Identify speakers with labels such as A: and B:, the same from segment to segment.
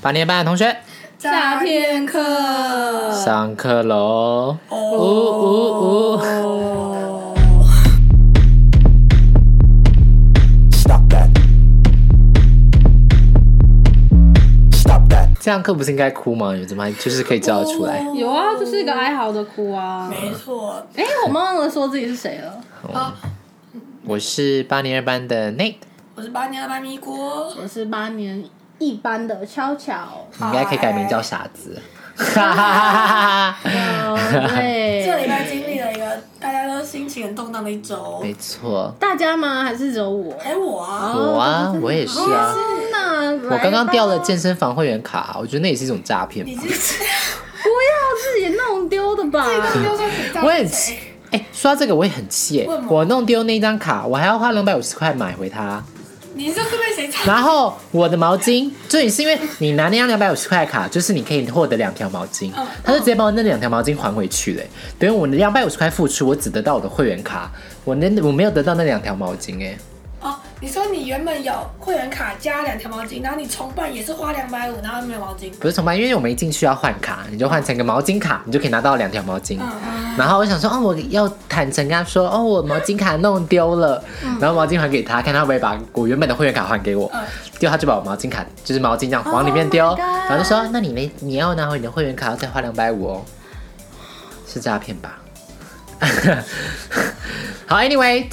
A: 八年班的同学
B: 诈骗课，
A: 上课喽！呜呜呜！
C: Stop that. Stop that.
A: 这样课不是应该哭吗？你们怎么还就是可以叫得出来？
B: 有啊，就是一个哀嚎的哭啊。
D: 没错，
B: 哎，我们忘了说自己是谁了。
A: 我是八年二班的 Nate，
D: 我是八年的拉米锅，
B: 我是八年一班的巧 巧。
A: 你应该可以改名叫傻子。哈哈哈哈哈！
D: 哎这
B: 哦
D: 礼
B: 对，
D: 拜经历了一个大家都心情很动荡的一周。
A: 没错，
B: 大家吗？还是只有我？哦
D: 还有我啊，
A: 我啊，我也哎是啊。
B: 那
A: 我
B: 我
A: 刚刚掉了健身房会员卡，我觉得那也是一种诈骗
D: 你
A: 吧。
D: 这是
B: 不要自己弄丢的吧？
D: 又说你诈
A: 我也
D: 骗
A: 气
D: 谁？，
A: 哎、说到这个我也很气、哎
D: 为什么
A: 我弄丢那张卡，我还要花两百五十块买回它。
D: 你这是被谁诈？
A: 然后我的毛巾，就也是因为你拿那张两百五十块的卡，就是你可以获得两条毛巾
D: 嗯，
A: 他就直接把我那两条毛巾还回去嘞、等于我的两百五十块付出，我只得到我的会员卡，我那我没有得到那两条毛巾哎、
D: 哦，你说你原本有会员卡加两条毛巾，然后你重办也是花两百五，然后没有毛巾。
A: 不是重办，因为我们一进去要换卡，你就换成一个毛巾卡，你就可以拿到两条毛巾。
D: 嗯，
A: 然后我想说，哦，我要坦诚跟他说，哦，我毛巾卡弄丢了，
B: 嗯
A: 然后毛巾还给他，看他会不会把我原本的会员卡还给我
D: 嗯。
A: 结果他就把我毛巾卡，就是毛巾这样往里面丢
B: Oh my
A: 然
B: god
A: 后就说，那你那你要拿回你的会员卡，要再花两百五哦，是诈骗吧？ 好，anyway，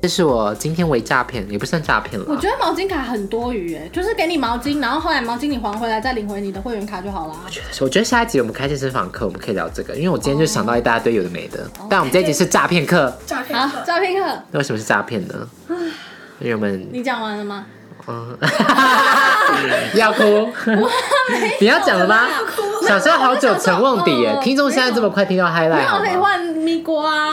A: 这是我今天为诈骗，也不算诈骗了。
B: 我觉得毛巾卡很多余哎，就是给你毛巾，然后后来毛巾你还回来，再领回你的会员卡就好啦。
A: 我觉得下一集我们开健身房课，我们可以聊这个，因为我今天就想到一大堆有的没的。
B: 哦
A: 但我们这一集是诈骗课，
D: 诈骗
B: 好，
D: 课。
B: 照片课，
A: 那为什么是诈骗呢？因为我们
B: 你讲完了吗？
A: 嗯， 要哭，你要讲了吗？小时候好久成瓮底耶
B: 没，有
A: 听众现在这么快听到 highlight
B: 没有
A: 好
B: 可以
A: 吗？
B: 换咪瓜、啊。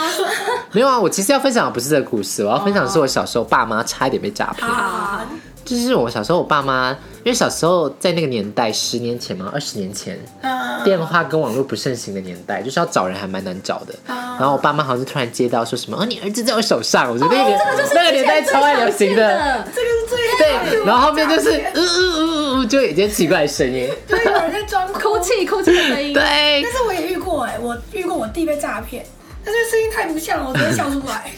A: 没有啊，我其实要分享的不是这个故事，我要分享的是我小时候爸妈差一点被诈骗。
D: 啊，
A: 就是我小时候我爸妈，因为小时候在那个年代，十年前嘛，二十年前，
D: 嗯，
A: 电话跟网络不盛行的年代，就是要找人还蛮难找的。
B: 啊
A: 然后我爸妈好像是突然接到说什么，哦，你儿子在我手上，我觉得那个、
B: 哦
A: 那个年代超爱流行的。
D: 这个是最
A: 对，然后后面就是呃呜呜呜呜，就有一些奇怪的声音。
D: 对，有人在装
B: 哭泣哭泣的声音。
A: 对
D: 但，是我也遇过哎、我遇过我弟被诈骗，但是声音太不像了，我直接笑出来。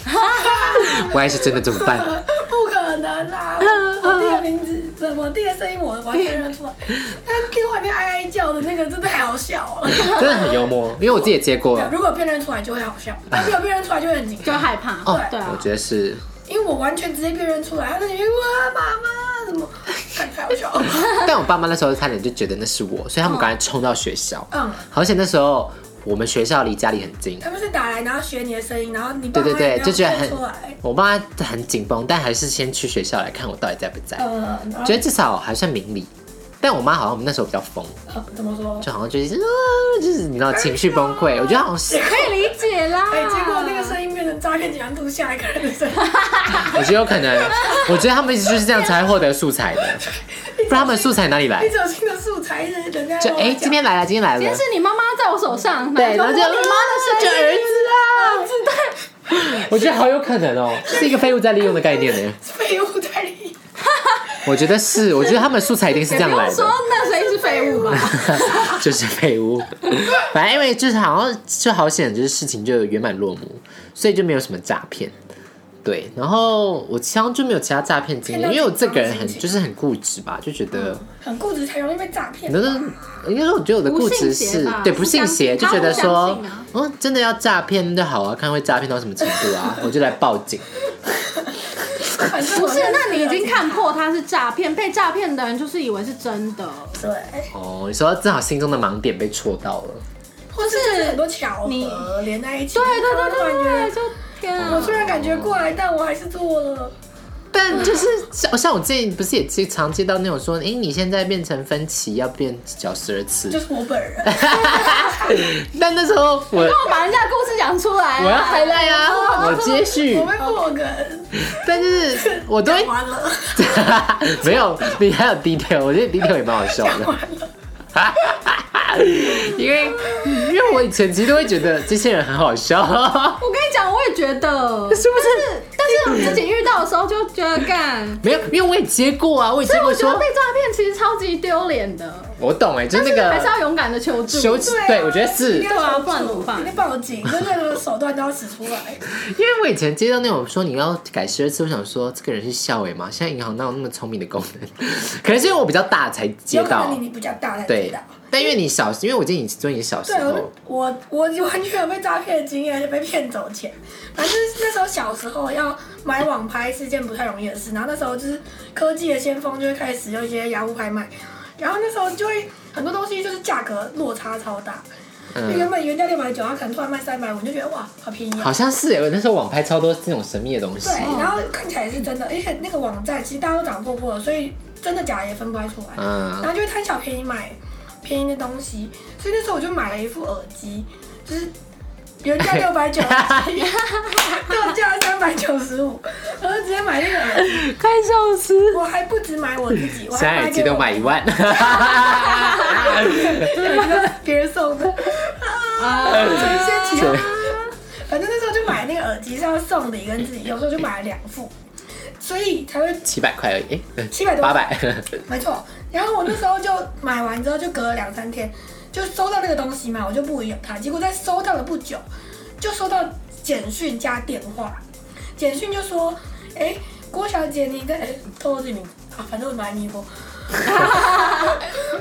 A: 我还是真的怎么办？
D: 不可能啦！我弟的名字，对我弟的声音我完全认出来，但电话里面哀哀叫的那个真的太好笑了。
A: 真的很幽默，因为我自己也接过
D: 对，，如果辨认出来就会好笑，但没有辨认出来就会很紧
B: 就
D: 张，
B: 害怕。
A: 哦
B: 对
A: 我
B: 啊，
A: 觉得是，
D: 因为我完全直接辨认出来，他在那边哇妈妈怎么，太太好笑了。
A: 但我爸妈那时候差点就觉得那是我，所以他们赶快冲到学校。
D: 嗯，
A: 好险那时候我们学校离家里很近，
D: 他们是打来然后学你的声音，然后你爸
A: 对
D: 妈
A: 对对，
D: 也没
A: 就
D: 有
A: 觉得
D: 认
A: 很
D: 哦出来，，
A: 我爸妈很紧绷，但还是先去学校来看我到底在不在，
D: 呃，然后
A: 觉得至少还算明理。但我妈好像我们那时候比较疯，
D: 呃怎 么说？
A: 就好像就是啊，就是你知道情绪崩溃，我觉得好像是。
B: 可以理解啦。
D: 哎，结果那个声音变成诈骗集团录下一个人的 声音，
A: 我觉得有可能，我觉得他们一直就是这样才获得素材的，不然他们素材哪里来
D: 一？种新的素材，人人家
A: 就
D: 跟我
A: 哎、
D: 讲
A: 今天来了，今天来
B: 今天
A: 了
B: 是，你妈妈在我手上，
A: 对，然
B: 然
A: 后
B: 后
A: 就
B: 就摸你妈
A: 就
B: 的声
A: 儿
B: 音。
A: 子啊，我觉得好有可能哦，是一个废物在利用的概念呢。
D: 废物在里。
A: 我觉得是，我觉得他们素材一定是这
B: 也
A: 样
B: 不
A: 来
B: 用说
A: 的，
B: 那声音是废物吧？
A: 就是废物。反正因为就是好像就好险，就是事情就圆满落幕，所以就没有什么诈骗。对，然后我其实就没有其他诈骗经验，因为我这个人很就是很固执吧，就觉得。
D: 很固执才容易被诈骗
A: 你。就是应该说，我觉得我的固执
B: 不信啊
A: 是
B: 邪吧
A: 对不信邪，
B: 不
A: 就
B: 相
A: 觉得说
B: 他不相信啊，
A: 嗯，真的要诈骗就好啊，看会诈骗到什么程度啊，我就来报警。
D: 反正
B: 不
D: 我
B: 是，那你已经看
D: 破。
B: 破它是诈骗，被诈骗的人就是以为是真的。
D: 对，
A: 哦，你说正好心中的盲点被戳到了，
D: 或是就是很多巧合连在一起。
B: 对对对
D: 然后突然
B: 对对，
D: 觉
B: 就天
D: 得我
B: 啊！
D: 虽然感觉过来，但我还是做了。
A: 但就是像像我之前不是也经常接到那种说，诶，你现在变成分歧，要变小十二次
D: 就，是我本人，
A: 但那时候我
B: 我把人家的故事讲出来啊。
A: 我要 highlight 啊，我接续
D: 我，被破梗，
A: 但就是我都 会
D: 讲完了，
A: 没有，你还有 detail，我觉得 detail 也蛮好笑的。 因为因为我以前其实都会觉得这些人很好笑，
B: 我跟你讲，我也觉得，
A: 是不是？
B: 但是自己遇到的时候就觉得干，
A: 没有，因为我也接过啊，我也
B: 所
A: 接
B: 以
A: 过
B: 我觉得
A: 说，
B: 被诈骗其实超级丢脸的，
A: 我懂哎、就是那
B: 但是还是要
A: 个
B: 勇敢的求助。
A: 羞耻，哎对我觉得是，
D: 一定要
B: 对啊
D: 守住
B: 不然怎么办
D: 一定报警，真的有手段都要使出 来。
A: 因为我以前接到那种说你要改十二次，我想说这个人是笑诶嘛，现在银行哪有那么聪明的功能？可能是因为我比较大才接
D: 有可
A: 到
D: 能，你比较大才知
A: 对
D: 道。，
A: 但因为你小，因为我记得你说你小时
D: 对，
A: 候
D: 我，我我完全有被诈骗的经验，而且被骗走钱。反正那时候小时候要买网拍是件不太容易的事，然后那时候就是科技的先锋就会开始使用一些雅虎拍卖，然后那时候就会很多东西就是价格落差超大，就
A: 嗯
D: 原，本原价六百九，它可能突然卖三百五，你就觉得哇好便宜、啊
A: 好。像是诶，我那时候网拍超多这种神秘的东西
D: 对，，然后看起来是真的，而且那个网站其实大家都长破破了，所以真的假的也分不太出来。然
A: 嗯，
D: 后就会贪小便宜买便宜的东西，所以那时候我就买了一副耳机，就是原 价六百九，特价三百九十五，我就直接买那个耳机。
B: 快笑死！
D: 我还不止买我自己，我
A: 现在
D: 还
A: 耳
D: 买
A: 机
D: 给
A: 都
D: 我
A: 买一 万，
D: 别人送 的。
B: 啊，
D: 先起哄反正那时候就买那个耳机是要送礼跟自己，有时候就买了两副，所以才会
A: 七百块而已，诶
D: 700多
A: 八百，
D: 没错，然后我那时候就买完之后，就隔了两三天，就收到那个东西嘛，我就不疑有它。结果在收到了不久，就收到简讯加电话，简讯就说：“哎，郭小姐，你在……哎，透露自己名字啊，反正我买你过。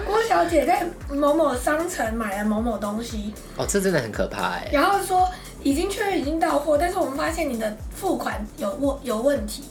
D: 郭小姐在某某商城买了某某东西，
A: 哦，这真的很可怕欸诶。
D: 然后说已经确认已经到货，但是我们发现你的付款有问有问题。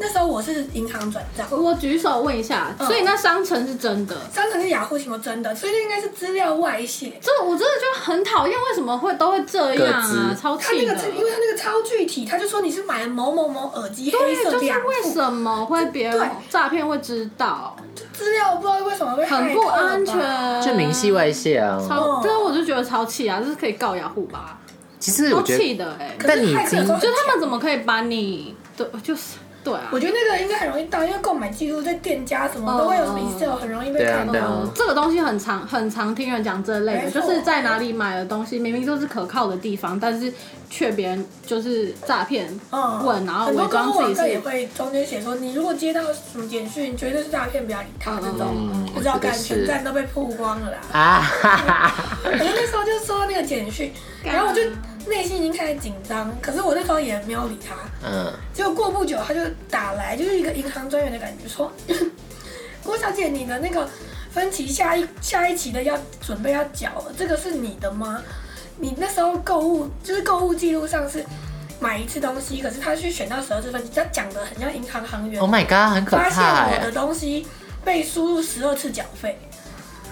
D: 那时候我是银行转账，
B: 我举手问一下，
D: 嗯
B: 所以那商城是真的？
D: 商城是雅虎什么真的，所以那应该是资料外泄。
B: 这我真的就很讨厌，为什么会都会这样
A: 各
B: 啊？
A: 自
B: 超
D: 他
B: 气的
D: 那个！是因为他那个超具体，他就说你是买了某某某耳机黑
B: 对，
D: 色
B: 就
D: 的两
B: 是为
D: 副，
B: 什么会别人
D: 对
B: 诈骗会知道，
D: 资料不知道为什么会
B: 很
D: 害
B: 不
D: 到吧
B: 安。全，
A: 就明细外泄啊！
B: 超，
D: 嗯
B: 对，我就觉得超气啊，这是可以告雅虎吧？
A: 其实
B: 超
A: 我觉
B: 气
A: 得，
B: 的哎、
D: 可
A: 但你
D: 是
A: 已
D: 骇客有时候
A: 经
D: 很
B: 就他们怎么可以把你对，就是对啊，
D: 我觉得那个应该很容易到，因为购买记录在店家什么
B: 嗯
D: 都会有什么 Excel，很容易被
A: 对啊
D: 看
A: 对
D: 到。
A: 啊
B: 呃这个东西很常很常听人讲这类的，
D: 没错
B: 就是在哪里买的东西，明明都是可靠的地方，但是却别人就是诈骗
D: 嗯，
B: 问，然后
D: 很
B: 伪
D: 多
B: 装
D: 购物
B: 自己
D: 网站
B: 是
D: 也会中间写说，你如果接到什么简讯，绝对是诈骗，不要理他这
A: 嗯
D: 种，不知道
A: 我觉得
D: 感
A: 是
D: 全站都被曝光了啦。
A: 啊，哈哈哈
D: 我就那时候就收到那个简讯，然后我就内心已经开始紧张，可是我那时候也没有理他。
A: 嗯，
D: 结果过不久他就打来，就是一个银行专员的感觉，说：“ 郭小姐，你的那个分期下一下一期的要准备要缴了，这个是你的吗？你那时候购物就是购物记录上是买一次东西，可是他去选到十二次分期，他讲的很像银行行员
A: Oh my god，很可
D: 发
A: 怕
D: 现我
A: 哎
D: 的！东西被输入十二次缴费，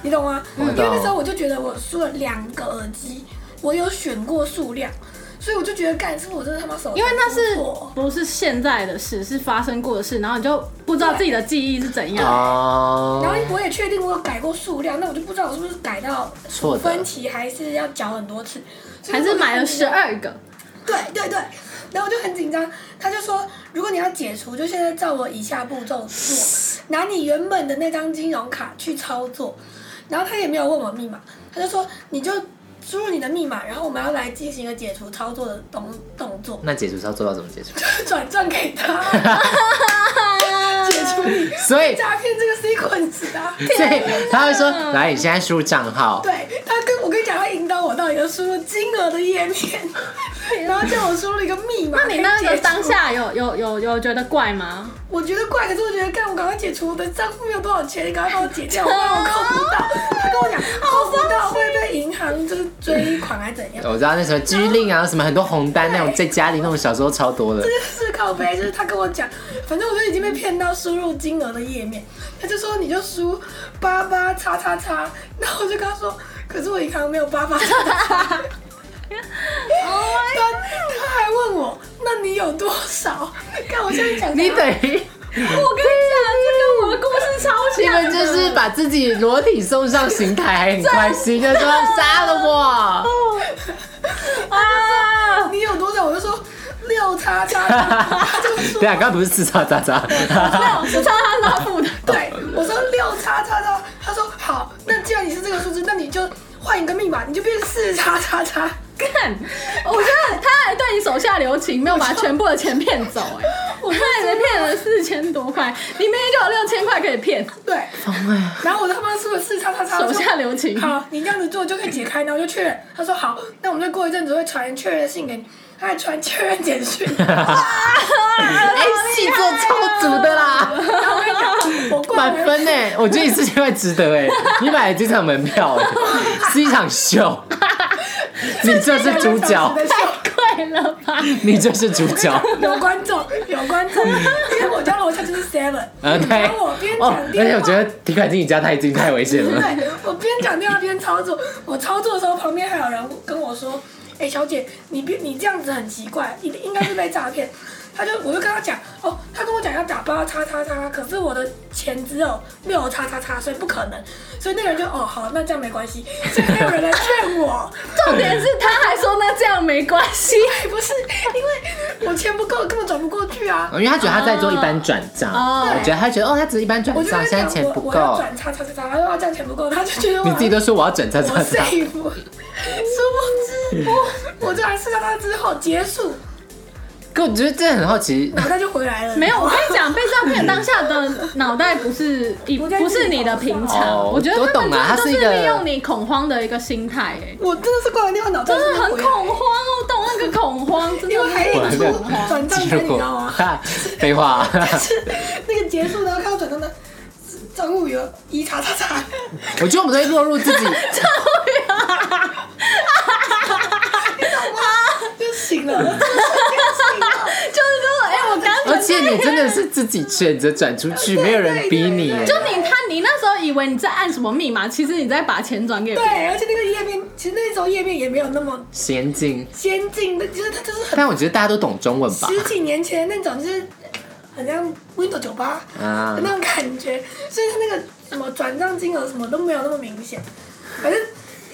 D: 你懂吗？
A: 我
D: 因
A: 懂
D: 为那时候我就觉得我输了两个耳机，我有选过数量，所以我就觉得干，是不是我真的他妈手残
B: 因为那是
D: 出错
B: 不是现在的事，是发生过的事，然后你就不知道自己的记忆是怎样。
D: 然后
A: 哦，
D: 我也确定我有改过数量，那我就不知道我是不是改到
A: 错
D: 分
A: 的，
D: 期，还是要缴很多次，所以
B: 还
D: 我就是
B: 买了
D: 很紧
B: 十
D: 张。
B: 二个，
D: 对对对，然后我就很紧张，他就说，如果你要解除，就现在照我以下步骤做，拿你原本的那张金融卡去操作，然后他也没有问我密码，他就说你就输入你的密码，然后我们要来进行一个解除操作的动动 作，
A: 那解除操作要怎么解除？
D: 转账给他，解除你
A: 所以，
D: 诈骗这个 sequence 啊。
A: 所以他会说，来，你现在输入账号，
D: 对他跟我跟你 讲，他引导我到一个输入金额的页面，然后叫我输入一个密码。
B: 那你那
D: 可以
B: 个
D: 解除
B: 当，下有有有有觉得怪吗？
D: 我觉得怪，可是我觉得，干，我赶快解除我的账户没有多少钱，你赶快帮我解 掉，不然我扣不到。他跟我讲，扣不到会被银行就是追款还是怎样。
A: 我知道那什么拘令啊，什么很多红单那种，在家里那种小时候超多的
D: 这。件事靠背，就是他跟我讲，反正我就已经被骗到输入金额的页面，他就说你就输八八叉叉叉，然后我就跟他说，可是我银行没有八八叉叉叉。 他他还问我，那你有多少？看我现在讲，
A: 你等于
B: 我跟你讲，这跟我的故事超
A: 你
B: 像的
A: 们就是把自己裸体送上刑台，还很开心，就说杀了我。
B: 啊！
D: 你有多少？我就说六叉叉叉，他就 说
A: 对啊，刚刚不是自杀渣 渣，
B: 我是他他拉布的，
D: 对，我说六叉叉叉，他说好，那既然你是这个数字，那你就换一个密码，你就变四叉叉叉。
B: 干，我觉得他还对你手下留情，没有把全部的钱骗走、哎， 我他也骗了四千多块，你明明就有六千块可以骗，
D: 对，然后我就他妈是不是叉叉叉
B: 手下留情
D: 好，你这样子做就可以解开，然后就确认。他说好，那我们就过一阵子会传确认信给你，他还传确认简 讯。
A: 哎，戏做超足的啦，
D: 然后我跟你讲，我过完
A: 满分呢、我觉得你四千块值得哎、你买了这场门票、 哎，是一场 秀，你就是主角，
B: 太贵了吧？
A: 你就是主 角。
D: 有观众，有观
B: 嗯
D: 众，因为我家楼下就是 Seven，
A: 呃，对，
D: 然后我边
A: 哦，
D: 讲
A: 而且
D: 电
A: 我
D: 话
A: 觉，得提款机你家太近太危险 了。
D: 对，我边讲电话边操作，我操作的时候旁边还有人跟我说：“哎、小姐，你别你这样子很奇怪，你应该是被诈骗。”他就我就跟他讲，哦，他跟我讲要打八叉叉叉，可是我的钱只有六叉叉叉，所以不可能。所以那个人就哦好，那这样没关系，所以没有人来劝 我。
B: 重点是他还说那这样没关系，
D: 对，不是因为我钱不够，根本转不过去啊。
A: 因为他觉得他在做一般转账，
B: 哦
A: 我觉得他觉得哦，他只是一般转
D: 我就
A: 账，
D: 跟
A: 现
D: 他
A: 在
D: 讲
A: 钱不
D: 我我要
A: 够。
D: 转叉叉叉叉，他说啊这样钱不够，他就觉得我
A: 你自己都说我要转账
D: 我
A: 转账，
D: safe，殊不知我我就来试下他之后结束，
A: 可我觉得这很好 奇，
D: 脑袋就回来了。
B: 没有，我跟你讲，被诈骗当下的脑袋不是一
D: 我 在
B: 不是你的平常，
A: 哦
B: 我觉得
A: 我
B: 他们
A: 懂啊它
B: 真的
A: 是
B: 就
A: 一
B: 是
A: 个
B: 利用你恐慌的一个心态，哎，
D: 我真的是挂完电话脑袋
B: 真的很
D: 回
B: 恐
D: 来，
B: 慌，我懂那个恐慌，真的
D: 因为还
B: 是
D: 有
A: 我
D: 一
A: 还
D: 出
A: 没有
D: 转账
A: 进
D: 单，
A: 入
D: 你知
A: 过
D: 道吗？
A: 哈废话，
D: 是那个结束，然后看到转账单，账户有一叉叉叉，
B: 啊
A: 我觉得我们都会落入自 己，
D: 就醒了，我真的是醒了。
B: 就是说，哎、我刚刚
A: 而且你真的是自己选择转出去，没有人逼你耶。
B: 就你看，你那时候以为你在按什么密码，其实你在把钱转给别人。
D: 对，而且那个页面，其实那时候页面也没有那么
A: 娴静，
D: 先进的，就是它就是 很
A: 但我觉得大家都懂中文吧？
D: 十几年前那种，就是很像 Windows 酒吧
A: 啊
D: 那种感觉，所以他那个什么转账金额什么都没有那么明显。反正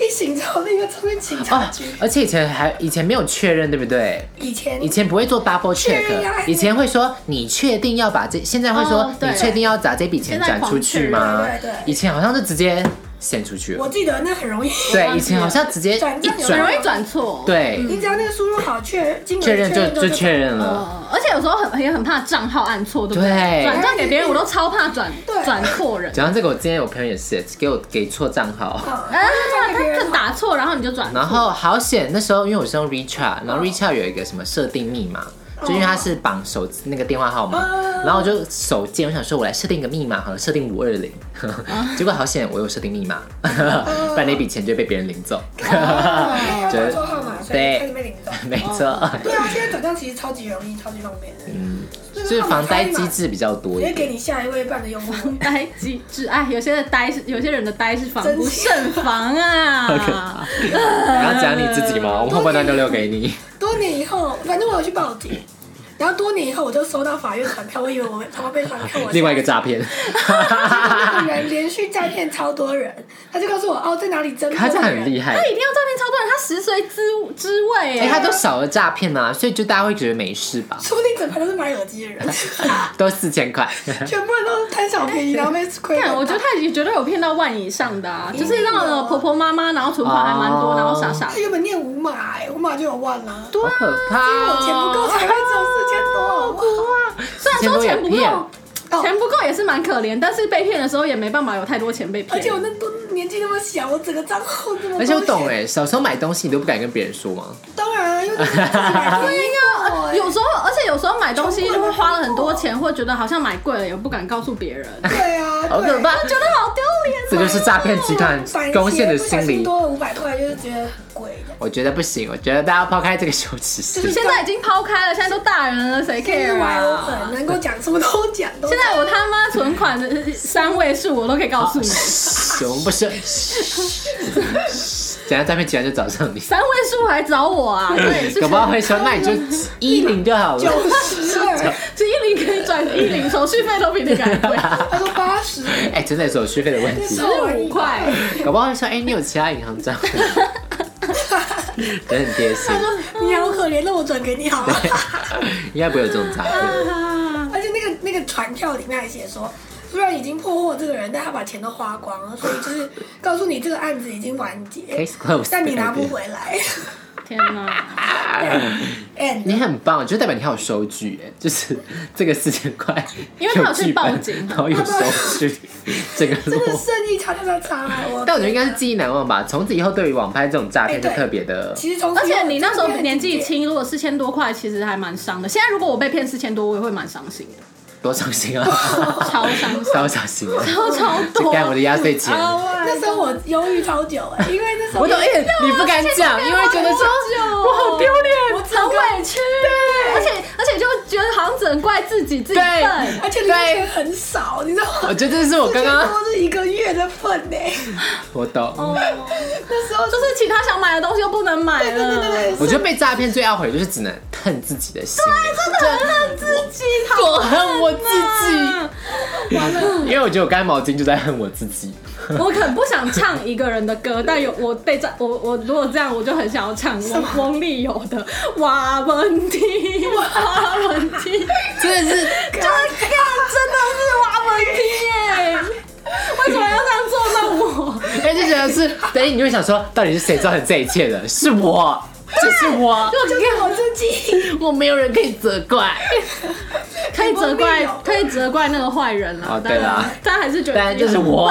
D: 一醒之后，那个冲进警察
A: 哦
D: 局，，
A: 而且以前还以前没有确认，对不对？
D: 以前
A: 以前不会做 double
D: 确认啊
A: check，以前会说你确定要把这，现在会说
B: 哦对
A: 你确定要把这笔钱转出去吗
D: 现在狂确认对对？对
A: 以前好像是直接献出去
D: 我
A: 了，
D: 记得那很容易，
A: 对，以前好像直接
D: 转
A: 一
D: 账有
B: 很容
A: 转，
B: 易转错。
A: 对，
D: 你只要那个输入好确金额
A: 嗯确认就就
D: 之后哦
A: 确认了。
B: 呃，而且有时候很也很怕账号按错，对不
A: 对
B: 转账给别人，我都超怕转
D: 对
B: 转错人
A: 讲到这个，我今天有朋友也是给我给错账号，
D: 好，
B: 啊！
D: 转给别
B: 他
D: 人
B: 就打错，然后你就转错。
A: 然后好险那时候因为我是用 Richard，然后
D: 哦
A: Richard 有一个什么设定密码。就因为它是绑手机那个电话号码
D: 哦，
A: 然后我就手贱，我想说我来设定一个密码好了，设定五二零，
D: 哦
A: 结果好险我有设定密码， 不然那笔钱就被别人领走。
D: 哦要
A: 觉得
D: 打错号码，所以
A: 对
D: 开始被领走。
A: 没错，
D: 对啊，现在转账其实超级容易，超级方便的。嗯，
A: 就是防呆机，制比较多
D: 直
A: 一
D: 接
A: 点。
D: 给你下一位办的用户。
B: 呆机智哎，有些的呆是有些人的呆是防不
D: 真是
B: 胜 防啊！
D: 哎
A: 你要讲你自己吗？我们后半段都留给你。
D: 多年以后，反正我有去报警，然后多年以后我就收到法院传票，我以为我他们被传票，我
A: 另 外一个诈骗，
D: 那个人连续诈骗超多人，他就告诉我哦在哪里侦破，
A: 他这很厉
D: 害，
A: 害
B: 他，一定要照片超多人，他食髓知知
A: 哎，
B: 味哎，
A: 他都少了诈骗嘛，所以就大家会觉得没事吧？
D: 说不定整排都是买耳机的人，
A: 都四千 块，
D: 全部人都是贪小便宜，然后被亏
B: 看，
D: 了。
B: 哎我觉得他也绝对有骗到万以上的啊，就是让了婆婆妈妈，然后存款还蛮多，
A: 哦
B: 然后傻傻
D: 他。原本念五码、哎，五码就有万啦、
A: 多可
D: 啊我钱不够
A: 怕！
D: 才会只有四千多，好不啊好
B: 虽然说钱不
A: 钱
B: 够，
D: 哦
B: 钱不够也是蛮可怜，但是被骗的时候也没办法有太多钱被
D: 而且我
B: 骗。
D: 那都年纪那么小，我整个账户这么，
A: 而且我懂，
D: 欸
A: 哎，小时候买东西你都不敢跟别人说吗？
D: 当然啊，因为那是自己买的
B: 对呀，有时候，而且有时候买东西
D: 穷
B: 就
D: 过
B: 会
D: 了
B: 花了很多钱，会觉得好像买贵了，也不敢告诉别人，
D: 对啊，
A: 好可
D: 对
A: 怕！
B: 觉得好丢脸。
A: 哦
B: 啊
A: 这就是诈骗集团攻陷的心理。
D: 多了五百块就是觉得很贵的。
A: 我觉得不行，我觉得大家抛开这个羞耻心。
B: 现在已经抛开了，现在都大人了，谁
D: 是
B: care
D: 玩我
B: 啊
D: 很？能够讲什么都讲，都
B: 现在我他妈存款的三位数，我都可以告 诉你。
A: 我们不是，等下诈骗集团就找上你。
B: 三位数还找我啊？对，是
A: 嗯搞不好会说，那你就一零就好了。
D: 九十二，
B: 这一零可以转一零，手续费都比那个还 贵，
D: 他说八十，
A: 哎、真的手续费的问
D: 那
A: 题
D: 时，
B: 只
D: 候
B: 是五块。
A: 搞不好会说，哎、你有其他银行账户吗？真的很贴心
D: 他，
B: 啊
D: 说你好可怜，那我转给你好了。
A: 应该不会有这种诈骗。
D: 而且那个那个传票里面还写说，虽然已经破获这个人，但他把钱都花光了，所以就是告诉你这个案子已经完结
A: Case closed
D: 但你拿不回来。
B: 天哪！
D: and
A: 你很棒，就代表你还有收据，哎，就是这个四千块，
B: 因为他有去
A: 剧本
B: 报警
A: 然后有收据，整个
D: 真
A: 落
D: 的生意差差差差哎！ 我
A: 但我觉得应该是记忆难忘吧。从此以后，对于网拍这种诈骗就特别的，
D: 其实从
B: 而且你那时候年纪，轻，如果四千多块，其实还蛮伤的。现在如果我被骗四千多，我也会蛮伤心的，
A: 多伤心啊，
B: 超伤心，
A: 超伤心啊！
B: 超超
A: 去
B: 多。
A: 干我的压岁钱，
D: 那时候我忧郁超久哎，因为那时候
A: 我懂，因为
B: 啊
A: 你不敢讲，因为觉得说
B: 我
A: 我好丢脸，
B: 我很委屈，而且而且就觉得好像只能怪自己自己
A: 对
B: 笨。
D: 而且零用钱很少，你知道吗？
A: 我觉得这是我刚
D: 最
A: 刚
D: 多是一个月的份欸呢。
A: 我懂。
D: 那时候就
B: 就是是其他想买的东西又不能买
D: 对
A: 呃
D: 对对
B: 了，
D: 对，
A: 我觉得被诈骗最懊悔就是只能恨自己的心，
B: 恨自己，
A: 我恨我自
B: 啊
A: 己，
B: 己。完了，
A: 因为我觉得我刚才毛巾就在恨我自己。
B: 我很不想唱一个人的歌，但有我被这我我如果这样，我就很想要唱翁翁立友的《瓦文提》，瓦文提，
A: 真的是
B: 就是看真的是瓦文 提耶。为什么要这样做弄我？
A: 哎，就觉得是，等于你会想说，到底是谁造成这一切的？是我，就是我，
D: 就是我自己，
A: 我没有人可以责怪。
B: 可以责怪，可以责怪那个坏人啊了。
A: 哦对啦，
B: 但还是觉得
A: 当然就是我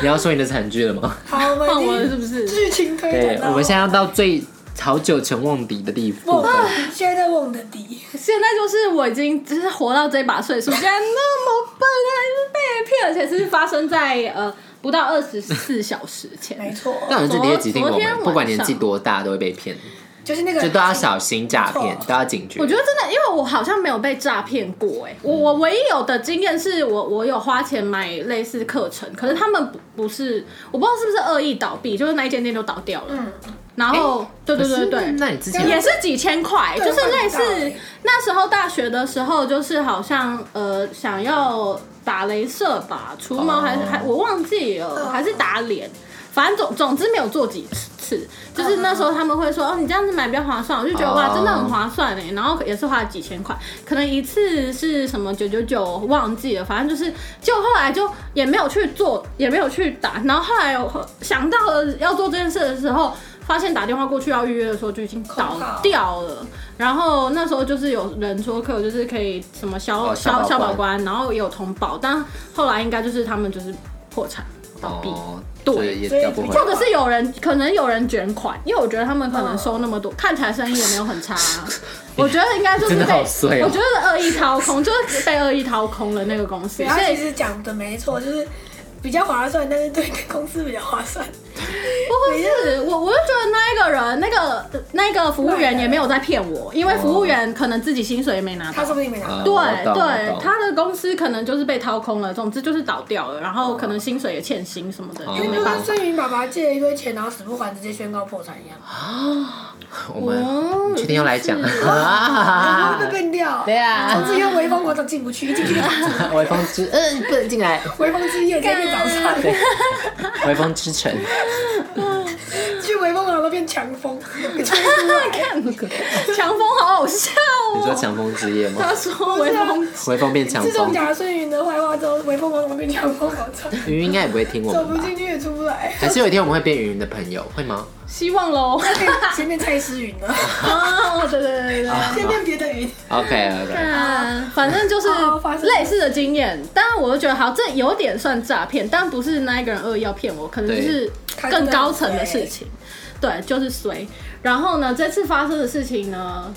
A: 你要说你的惨剧了吗？
D: 好，我
B: 换我
D: 们
B: 了
D: 已
B: 是
D: 经
B: 不是？
D: 剧情推
A: 对
D: 演，到
A: 我们现在要到最好久成瓮底的地步分。
D: 现在在问我的底，
B: 现在就是我已经就是活到这把岁数，竟然那么笨，还是被骗，而且是发生在呃不到二十四小时
D: 没
B: 前。
D: 错，
A: 但我觉得理解即定我
B: 昨天晚
A: 们，
B: 上
A: 不管年纪多大都会被骗，
D: 就是那个
A: 就都要小心诈骗
D: 没，错
A: 都要警觉
B: 我。觉得真的，因为我好像没有被诈骗过哎、
A: 嗯
B: 我我唯一有的经验是我我有花钱买类似课程，可是他们不不是，我不知道是不是恶意倒闭，就是那一间店就倒掉了。
D: 嗯
B: 然后、对对对
A: 可
B: 对
A: 是，那你之
B: 也
A: 前
B: 是几千块，
D: 对
B: 就是类似
D: 我很大欸
B: 那时候大学的时候，就是好像呃想要打镭射吧，除毛还是
A: 哦
B: 还我忘记了，
D: 嗯
B: 还是打脸。反正总总之没有做几次，就是那时候他们会说哦，你这样子买比较划算，我就觉得哇，
A: 嗯哦
B: 真的很划算哎，然后也是花了几千块，可能一次是什么九九九忘记了，反正就是，就后来就也没有去做，也没有去打，然后后来我想到了要做这件事的时候，发现打电话过去要预约的时候就已经倒
D: 空号
B: 掉了，然后那时候就是有人说可有就是可以什么消
A: 哦
B: 消
A: 消
B: 消
A: 保
B: 保官，然后也有通报，但后来应该就是他们就是破产倒闭。
A: 哦，
B: 对
A: 所以也调不回来
B: 或。者是有人可能有人卷款，因为我觉得他们可能收那么 多，看起来生意也没有很差、啊。我觉得应该就是
A: 真的好
B: 被，
A: 衰哦
B: 我觉得是恶意掏空，就是被恶意掏空了那个公司。
A: 啊
D: 对他
B: 所
D: 其
B: 以
D: 实讲的没错，就是比较划算，但是对公司比较划算。
B: 不会是我，我就觉得那一个人，那个那个服务员也没有在骗我，因为服务员可能自己薪水也没拿到
D: 他。说不定没拿到，
A: 啊哦
B: 对
A: 我懂我
B: 对
A: 懂，
B: 他的公司可能就是被掏空了，总之就是倒掉了，然后可能薪水也欠薪什么的，
A: 哦
B: 就
D: 因
B: 没
D: 为就
B: 办
D: 跟
B: 法。
D: 孙云爸爸借了一堆钱，然后死不还，直接宣告破产一样，
A: 我们
B: 哦
A: 你确定要来讲
B: 有意思
D: 然后
A: 啊
D: 被？变掉。
A: 对啊
D: 从，此以后潍坊广场进不去，一进去就打架
A: 微风之嗯不能进来，
D: 潍坊之夜直接变早上，
A: 微风之城。
D: 去潍坊广场都变强风，给吹出来。
B: 强风好好笑
A: 你说
B: 哦，
A: 强风之夜 吗
B: 他？说 微风
A: 微风变强
D: 自从
A: 风，
D: 讲了孙云的坏话之后，潍坊广场变强风广场，
A: 云应该也不会听我
D: 走
A: 们
D: 不
A: 吧？
D: 进去也出不来。
A: 还是有一天我们会变云云的朋友，啊会吗？
B: 希望喽。
D: 先变蔡诗云了，
B: 啊，对对对对对。
D: 先变别的云。
A: OK OK，
B: 啊反正就是
D: 哦发生了
B: 类似的经验，但我就觉得好，这有点算诈骗，但不是那一个人恶意要骗我，可能就是
D: 对
B: 更高层的事情。对，就是随。然后呢，这次发生的事情呢，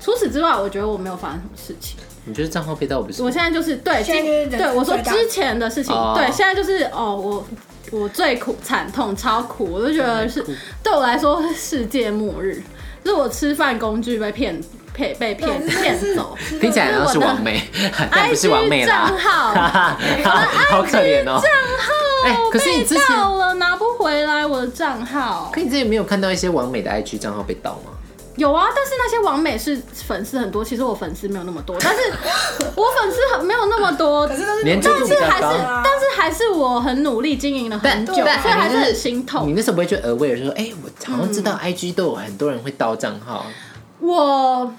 B: 除此之外，我觉得我没有发生什么事情。
A: 你就是账号被盗，我不是
B: 我？现在就是对，
D: 现在就是
B: 今
D: 人
B: 对我说
D: 最大
B: 之前的事情，
A: 哦
B: 对，现在就是哦，我我最苦惨痛超苦，我就觉得是对我来说是世界末日，就是我吃饭工具被骗骗被
D: 哦
B: 骗骗走。
A: 听起来好像是王妹， 但不是王妹
B: IG 账
A: 啦，
B: 号，
A: 好可怜哦。
B: 账
A: 哎
B: 号
A: 可是你
B: 被
A: 之前
B: 盗了，拿不回来我的账号。
A: 可你之前没有看到一些王美的 IG 账号被盗吗？
B: 有啊，但是那些网美是粉丝很多，其实我粉丝没有那么多， 但是我粉丝很没有那么多，
D: 可是都是
A: 连这
B: 但是还是
A: 对
D: 啊，
B: 但是还是我很努力经营了很
A: 但
B: 久，所以
A: 但
B: 还是
A: 你
B: 很心
A: 你
B: 痛。
A: 那时候不会觉得额外说，哎，我好像知道
B: 嗯
A: IG 都有很多人会盗账号，
B: 我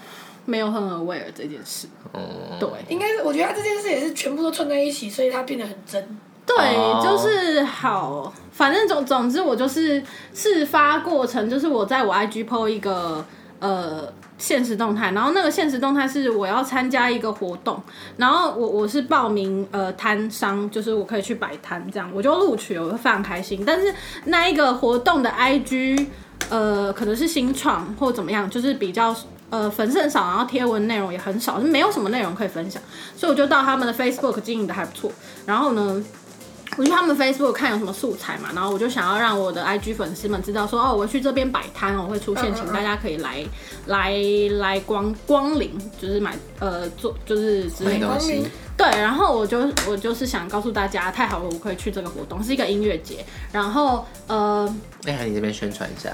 B: 没有很 aware 这件事，
A: 哦，
B: 对，
D: 应该是，我觉得他这件事也是全部都串在一起，所以他变得很真。
A: 哦
B: 对，就是好，反正总总之我就是事发过程，就是我在我 IG PO 一个呃现实动态，然后那个现实动态是我要参加一个活动，然后我我是报名呃摊商，就是我可以去摆摊这样，我就录取了，我就非常开心。但是那一个活动的 IG 呃可能是新创或怎么样，就是比较。呃，粉丝很少，然后贴文内容也很少，就没有什么内容可以分享，所以我就到他们的 Facebook 经营的还不错。然后呢，我去他们 Facebook 看有什么素材嘛，然后我就想要让我的 IG 粉丝们知道说，哦，我去这边摆摊，哦我会出现，请大家可以来来来光光临，就是买呃做就是之类
A: 买
B: 的。
A: 东西
D: 明
B: 对，然后我就我就是想告诉大家，太好了，我可以去这个活动，是一个音乐节。然后呃，
A: 哎、呀，你这边宣传一下。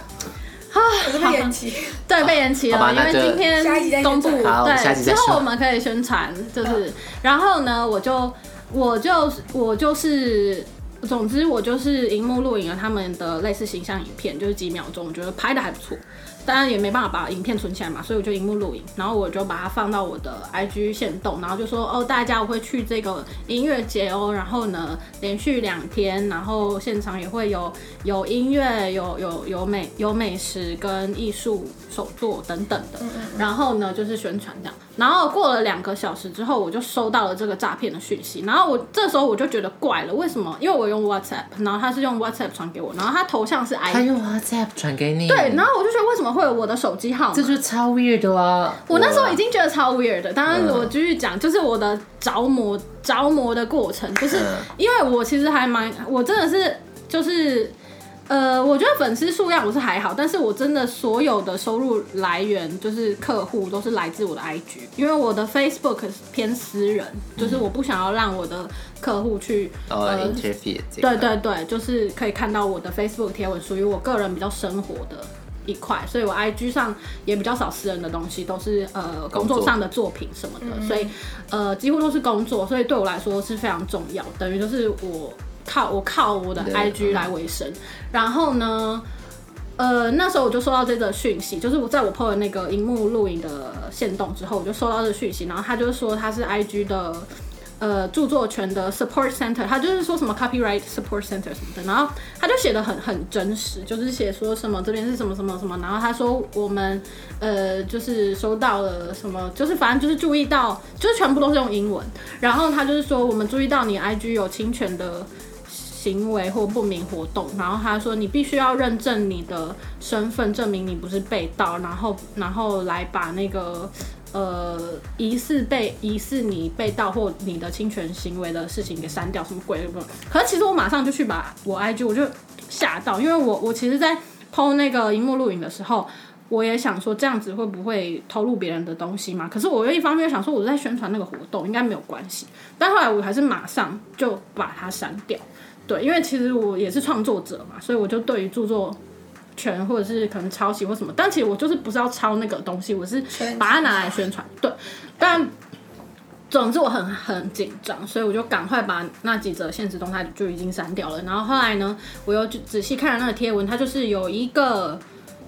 D: 我这边延期，
B: 对，被延期
A: 好吧
B: 了，因
A: 那
B: 为
A: 就
B: 今
D: 下一集再
B: 天公布，
D: 宣
A: 传好下一集
B: 对，
A: 再
B: 之
A: 说
B: 后我们可以宣传，就是，然后呢，我就我就我就是。总之，我就是荧幕录影了他们的类似形象影片，就是几秒钟，我觉得拍的还不错。当然也没办法把影片存起来嘛，所以我就荧幕录影，然后我就把它放到我的 IG 线动，然后就说哦，大家我会去这个音乐节哦，然后呢连续两天，然后现场也会有有音乐，有有有美有美食跟艺术手作等等的，
A: 嗯
B: 然后呢就是宣传这样，然后过了两个小时之后，我就收到了这个诈骗的讯息，然后我这时候我就觉得怪了，为什么？因为我用 WhatsApp，然后他是用 WhatsApp 传给我，然后他头像是 I
A: 他用 WhatsApp 传给你，
B: 对，然后我就觉得为什么会有我的手机号码？
A: 这就是超 weird 的啊！
B: 我那时候已经觉得超 weird 的。当然，我继续讲，就是我的着魔着魔的过程，就是
A: 嗯
B: 因为我其实还蛮，我真的是就是。呃，我觉得粉丝数量我是还好，但是我真的所有的收入来源就是客户都是来自我的 IG，因为我的 Facebook 偏私人，就是我不想要让我的客户去、
A: 哦
B: 呃
A: interview 这个
B: 对对对，就是可以看到我的 Facebook 贴文，属于我个人比较生活的一块，所以我 IG 上也比较少私人的东西，都是呃
A: 工
B: 工
A: 作
B: 作上的作品什么的，所以呃几乎都是工作，所以对我来说是非常重要，等于就是我靠我靠我的
A: 对
B: IG 来维生，然后呢。呃，那时候我就收到这个讯息，就是我在我 PO 的那个荧幕录影的线动之后，我就收到这个讯息，然后他就说他是 IG 的呃著作权的 support center，他就是说什么 copyright support center 什么的，然后他就写的很很真实，就是写说什么这边是什么什么什么，然后他说我们呃就是收到了什么，就是反正就是注意到，就是全部都是用英文，然后他就是说我们注意到你 IG 有侵权的行为或不明活动，然后他说你必须要认证你的身份，证明你不是被盗，然后然后来把那个呃疑似被疑似你被盗或你的侵权行为的事情给删掉，什么鬼什么。可是其实我马上就去把我 IG 我就吓到，因为我我其实在 PO 那个荧幕录影的时候。我也想说这样子会不会偷录别人的东西嘛？可是我又一方面想说我在宣传那个活动，应该没有关系。但后来我还是马上就把它删掉。对，因为其实我也是创作者嘛，所以我就对于著作权或者是可能抄袭或什么，但其实我就是不是要抄那个东西，我是把它拿来宣传。对，但总之我很很紧张，所以我就赶快把那几则现实动态就已经删掉了。然后后来呢，我又去仔细看了那个贴文，它就是有一个。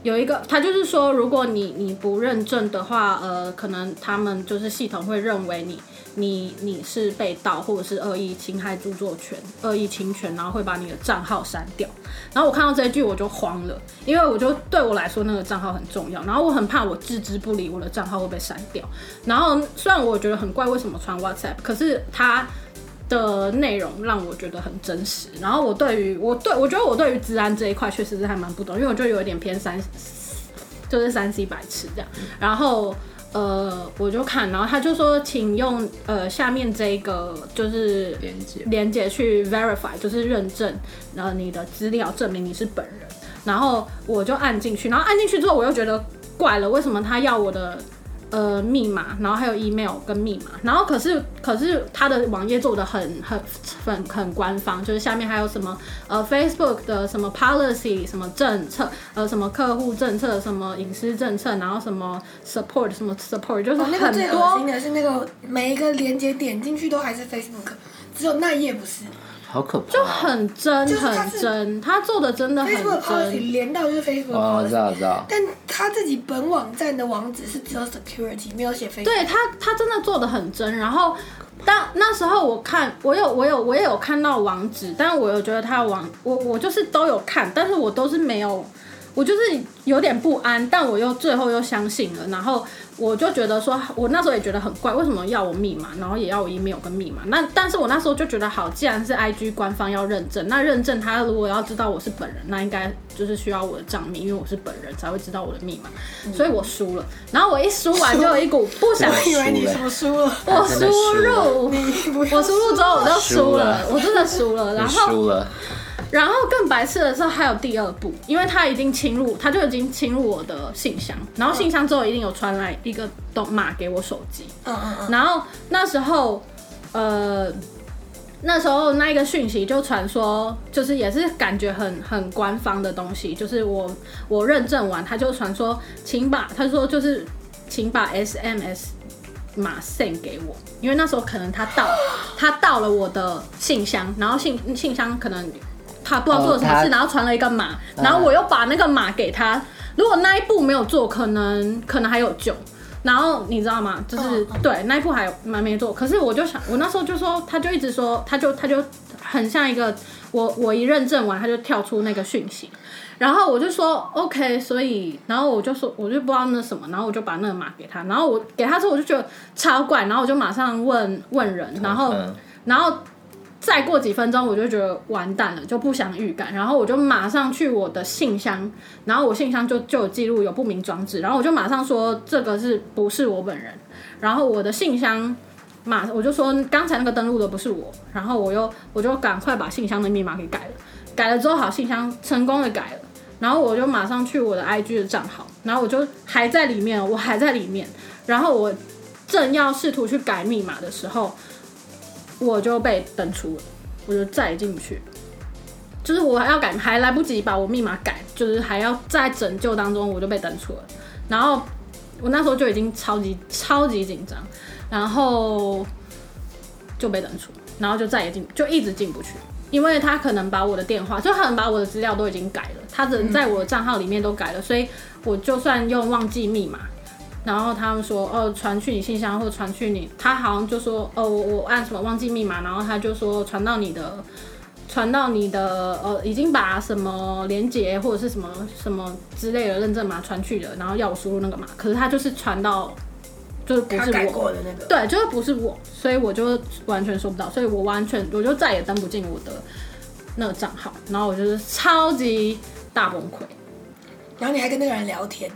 B: 有一个，他就是说，如果你你不认证的话，呃，可能他们就是系统会认为你你你是被盗或者是恶意侵害著作权、恶意侵权，然后会把你的账号删掉。然后我看到这一句我就慌了，因为我就对我来说那个账号很重要，然后我很怕我置之不理，我的账号会被删掉。然后虽然我觉得很怪，为什么传 WhatsApp，可是它的内容让我觉得很真实。然后我对于我对我觉得我对于治安这一块确实是还蛮不懂，因为我就有点偏三，就是三 C 白痴这样。然后呃，我就看，然后他就说，请用呃下面这个就是
A: 连接
B: 连接去 verify，就是认证呃你的资料，证明你是本人。然后我就按进去，然后按进去之后，我又觉得怪了，为什么他要我的呃密码，然后还有 email 跟密码，然后可是可是他的网页做的很很很很官方，就是下面还有什么呃 Facebook 的什么 policy 什么政策，呃什么客户政策，什么隐私政策，然后什么 support 什么 support，就是
D: 哦那个
B: 很
D: 最恶心
B: 多。
D: 的是那个每一个连接点进去都还是 Facebook，只有那一页不是。
A: 好可怕，啊
B: 就很真，
D: 就是它
B: 很
D: 是
B: 真，他做的真的很
D: Facebook 的 policy
B: 真，
D: 连到就是 Facebook
A: 哦，我知
D: policy，
A: 道，我知道，
D: 但他自己本网站的网址是只有 security，没有写 Facebook。
B: 对他，他真的做的很真。然后但那时候我看，我有我有我也有看到网址，但我有觉得他网我我就是都有看，但是我都是没有，我就是有点不安，但我又最后又相信了，然后我就觉得说，我那时候也觉得很怪，为什么要我密码，然后也要我 email 跟密码？那但是我那时候就觉得好，既然是 IG 官方要认证，那认证他如果要知道我是本人，那应该就是需要我的账密，因为我是本人才会知道我的密码，所以我输了。然后我一输完就有一股不 想
D: 我以为你
A: 输
D: 说输了，
B: 我
A: 真的
B: 输
A: 输了
B: 入，
D: 你不
B: 我
D: 要
B: 输入之后我就输
A: 输
B: 了
A: 了，
B: 我真的输了。然
A: 你
B: 后，
A: 输了，
B: 然后更白痴的是还有第二步，因为他已经侵入，他就已经侵入我的信箱，然后信箱之后一定有传来一个都码给我手机，
D: 嗯嗯嗯，
B: 然后那时候，呃，那时候那一个讯息就传说，就是也是感觉很很官方的东西，就是我我认证完，他就传说，请把他说就是请把 SMS 码 send 给我，因为那时候可能他到他到了我的信箱，然后信信箱可能。他不知道做了什么
A: 哦他
B: 事，然后传了一个码，然后我又把那个码给他。如果那一步没有做，可能可能还有救。然后你知道吗？
A: 哦
B: 就是、对那一步还蛮没做，可是我就想，我那时候就说，他就一直说，他就他就很像一个我我一认证完，他就跳出那个讯息，然后我就说 OK，所以然后我就说我就不知道那什么，然后我就把那个码给他，然后我给他之后我就觉得超怪，然后我就马上问问人，然后、
A: 嗯
B: 然后再过几分钟，我就觉得完蛋了，就不想预感，然后我就马上去我的信箱，然后我信箱就就有记录有不明装置，然后我就马上说这个是不是我本人，然后我的信箱马我就说刚才那个登录的不是我，然后我又我就赶快把信箱的密码给改了，改了之后好，信箱成功的改了。然后我就马上去我的 IG 的账号，然后我就还在里面哦，我还在里面。然后我正要试图去改密码的时候，我就被登出了，我就再也进不去了。就是我还要改，还来不及把我密码改，就是还要在拯救当中，我就被登出了。然后我那时候就已经超级超级紧张，然后就被登出，然后就再也进，就一直进不去，因为他可能把我的电话，就可能把我的资料都已经改了，他人在我的账号里面都改了，所以我就算用忘记密码，然后他们说哦，传去你信箱或传去你，他好像就说哦，我我按什么忘记密码，然后他就说传到你的，传到你的呃，已经把什么连接或者是什么什么之类的认证码传去了，然后要我输入那个码，可是他就是传到就是不
D: 他
B: 是
D: 改
B: 我，
D: 过的那个，
B: 对，就是不是我，所以我就完全收不到，所以我完全我就再也登不进我的那个账号，然后我就是超级大崩溃。
D: 然后你还跟那个人聊天，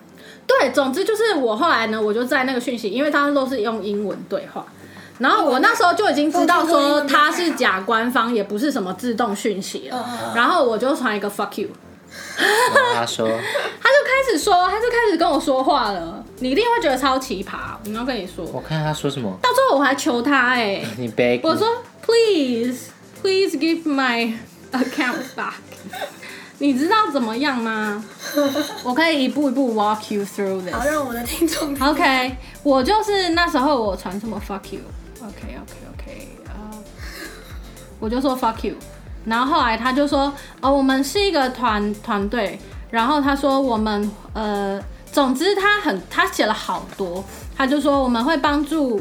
B: 对，总之就是我后来呢，我就在那个讯息，因为他都是用英文对话，然后我那时候就已经知道说他是假官方，也不是什么自动讯息了，然后我就传一个 fuck you，
A: 然后他说，
B: 他就开始说，他就开始跟我说话了，你一定会觉得超奇葩，我要跟你说，
A: 我看他说什么，
B: 到最后我还求他哎、
A: 你背，嗯
B: 我说 please please give my account back，你知道怎么样吗？我可以一步一步 walk you through this
D: 好。让我的听 众
B: OK，我就是那时候我传什么 fuck you。OK OK OK，呃，我就说 fuck you，然后后来他就说，哦，我们是一个团团队，然后他说我们呃，总之他很他写了好多，他就说我们会帮助，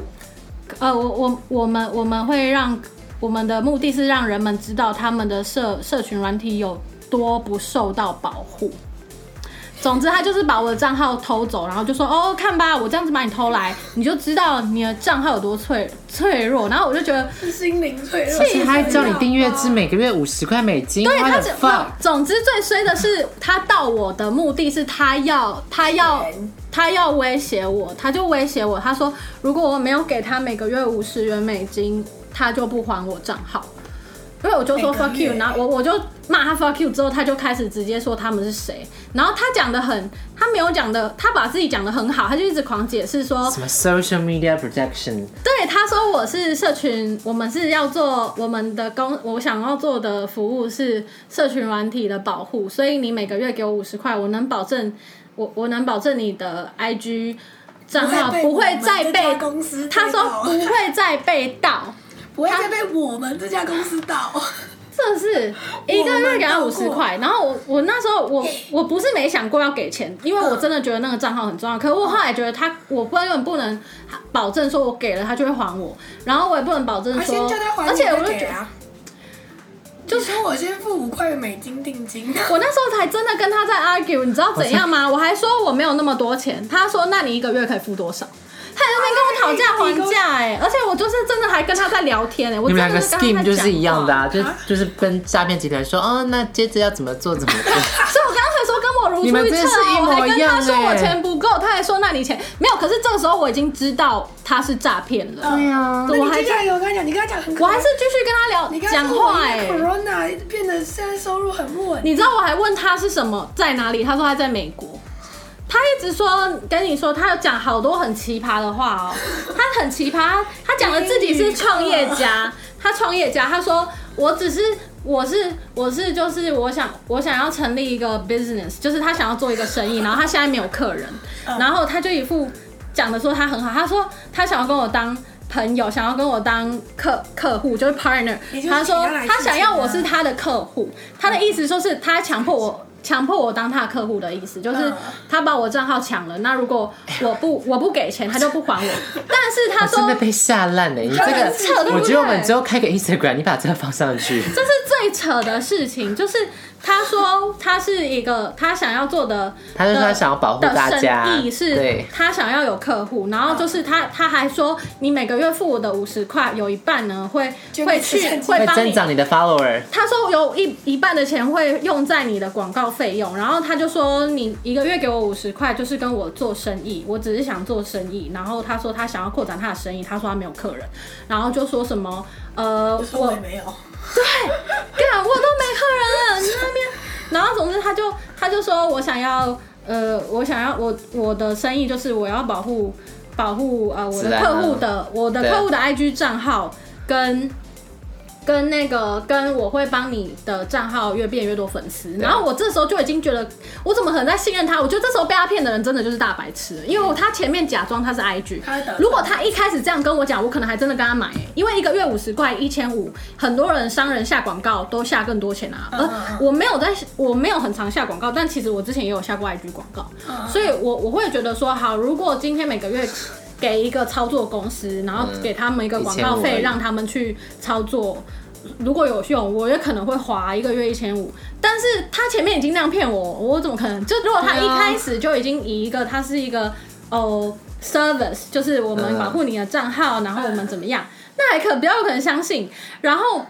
B: 呃，我我我们我们会让我们的目的是让人们知道他们的社社群软体有多不受到保护。总之，他就是把我的账号偷走，然后就说：“哦，看吧，我这样子把你偷来，你就知道你的账号有多脆脆弱。”然后我就觉得，
D: 心灵脆弱，
A: 而且他还叫你订阅制，每个月五十块美金，
B: 对他
A: 他
B: 只
A: 的 fuck，
B: 总之最衰的是，他到我的目的是他 要他要
D: 钱
B: 他要威胁我，他就威胁我，他说如果我没有给他每个月五十元美金，他就不还我账号。因为我就说
D: 每个
B: fuck
D: 月
B: you，然后我我就骂他 fuck you 之后，他就开始直接说他们是谁，然后他讲的很，他没有讲的，他把自己讲的很好，他就一直狂解释说
A: 什么 social media protection，
B: 对，他说我是社群，我们是要做我们的工，我想要做的服务是社群软体的保护，所以你每个月给我五十块，我能保证，我我能保证你的 IG 账号不
D: 不
B: 会
D: 会
B: 再
D: 被我们这
B: 被
D: 家公司
B: 他
D: 逮
B: 说
D: 到
B: 不会再被盗，
D: 不会再被我们这家公司盗。
B: 这真的是一个月给他五十块，然后我我那时候
D: 哎
B: 我我不是没想过要给钱，因为
D: 嗯
B: 我真的觉得那个账号很重要。可是我后来觉得他，我不能不能保证说我给了他就会还我，然后我也不能保证
D: 啊他先
B: 说
D: 叫他，还
B: 而
D: 你
B: 且我就
D: 再给
B: 觉得
D: 啊，就说我先付五块美金定金，啊
B: 我那时候才真的跟他在 argue，你知道怎样吗？我还说我没有那么多钱，他说那你一个月可以付多少？他还在那边跟我讨价还价哎、而且我就是真的还跟他在聊天哎、我
A: 你
B: 真
A: 们两
B: 的
A: 个
B: 是跟
A: scheme
B: 他在
A: 就是
B: 讲
A: 一样的
B: 话
A: 啊，就
D: 啊
A: 就是跟诈骗集团说，哦，那接着要怎么做怎么 做。
B: 所以我刚才说跟我如
A: 你们
B: 出一
A: 真
B: 辙
A: 是
B: 啊，
A: 一
B: 我还
A: 模一
B: 跟
A: 样
B: 他说我
A: 欸
B: 钱不够，他还说那你钱没有。可是这个时候我已经知道他是诈骗了，
D: 对
A: 啊
D: 那
B: 我
D: 你
B: 还
D: 接下来有跟他讲，你跟他讲很可
B: 我
D: 能，
B: 还是继续跟他
D: 你
B: 聊
D: 跟
B: 讲
D: 他
B: 话哎、
D: ，Corona 变得现在收入很不稳，
B: 你知道我还问他是什么在哪里，他说他在美国。他一直说跟你说，他有讲好多很奇葩的话 哦，他很奇葩，他讲了自己是创业
D: 嗯
B: 家，他创业家，他说我只是我是我是就是我想我想要成立一个 business，就是他想要做一个生意，然后他现在没有客人，
D: 嗯
B: 然后他就一副讲的说他很好，他说他想要跟我当。朋友想要跟我当客客户，就是 partner
D: 你就。是
B: 他说
D: 请他来
B: 他
D: 试
B: 想
D: 镜
B: 要
D: 啊
B: 我是他的客户，他的意思说是他强迫我强迫我当他的客户的意思，就是
D: 嗯
B: 他把我账号抢了。那如果我不我不给钱，他就不还我。但是他
A: 我真
B: 说
A: 的被吓烂了，你这
B: 很
A: 个
B: 扯对不
A: 我
B: 对
A: 觉得我们之后开个 Instagram，你把这个放上去。
B: 这是最扯的事情，就是他说他是一个他想要做的，
A: 他就说他想要保护大家
B: 的生意是
A: 对
B: 他想要有客户，然后就是他他还说你每个月付我的五十块，有一半呢会
D: 捐给
B: 会去
D: 慈善机构
B: 会
A: 会
B: 帮
A: 增
B: 你
A: 长你的 follower，
B: 他说有一一半的钱会用在你的广告费用，然后他就说你一个月给我五十块，就是跟我做生意，我只是想做生意。然后他说他想要扩展他的生意，他说他没有客人，然后就说什么呃
D: 我说
B: 我
D: 我也没有，
B: 干我都没客人了，你那边。然后总之他就他就说我想要呃我想要我我的生意就是我要保护保护呃我
A: 自
B: 的
A: 然啊
B: 客户的我的
A: 对
B: 客户的 IG 账号跟。跟那个跟我会帮你的账号越变越多粉丝，然后我这时候就已经觉得我怎么可能在信任他？我觉得这时候被他骗的人真的就是大白痴，因为他前面假装他是 IG，
D: 嗯他会打
B: 如果他一开始这样跟我讲，我可能还真的跟他买、因为一个月五十块一千五，很多人商人下广告都下更多钱啊。
D: 嗯嗯
B: 而
D: 嗯
B: 我没有在，我没有很常下广告，但其实我之前也有下过 IG 广告，
D: 嗯
B: 所以我我会觉得说，好，如果今天每个月给一个操作公司，然后
D: 嗯
B: 给他们一个广告
A: 1500而
B: 费，
A: 已
B: 让他们去操作。如果有用，我也可能会花一个月一千五，但是他前面已经那样骗我，我怎么可能？就如果他一
A: 对啊
B: 开始就已经以一个他是一个哦 service，就是我们
A: 嗯
B: 保护你的账号，然后我们怎么样，那还可比较有可能相信。然后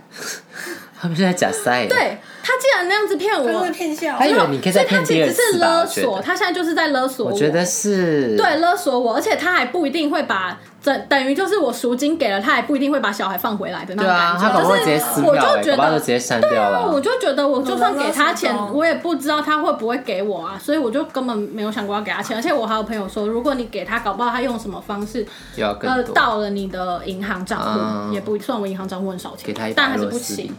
A: 他们是在假赛。，
B: 对他既然那样子骗
D: 真
B: 我
D: 的，骗笑
A: 他。以为你可以再
B: 所以他
A: 骗第
B: 其
A: 二
B: 实是
A: 次吧？
B: 勒
A: 我觉
B: 索，
A: 得，
B: 他现在就是在勒索
A: 我觉得是
B: 对，勒索我，而且他还不一定会把等等于就是我赎金给了他，还不一定会把小孩放回来的那
A: 对
B: 种
A: 啊，
B: 感
A: 他
B: 觉。
A: 搞不好直接撕
B: 我
A: 掉，
B: 就
A: 哎，
B: 觉
A: 搞不好就
B: 得
A: 直接删掉
B: 那我
A: 了。
B: 就觉得，我就算给他钱
D: 我们勒索，到
B: 我也不知道他会不会给我啊，所以我就根本没有想过要给他钱。而且我还有朋友说，如果你给他，搞不好他用什么方式，
A: 又要更
B: 呃，
A: 多
B: 到了你的银行账户、
A: 嗯
B: 也不算我银行账户很少钱，
A: 给他一
B: 但
A: 百
B: 还是
A: 螺
B: 不
A: 丝，
B: 行。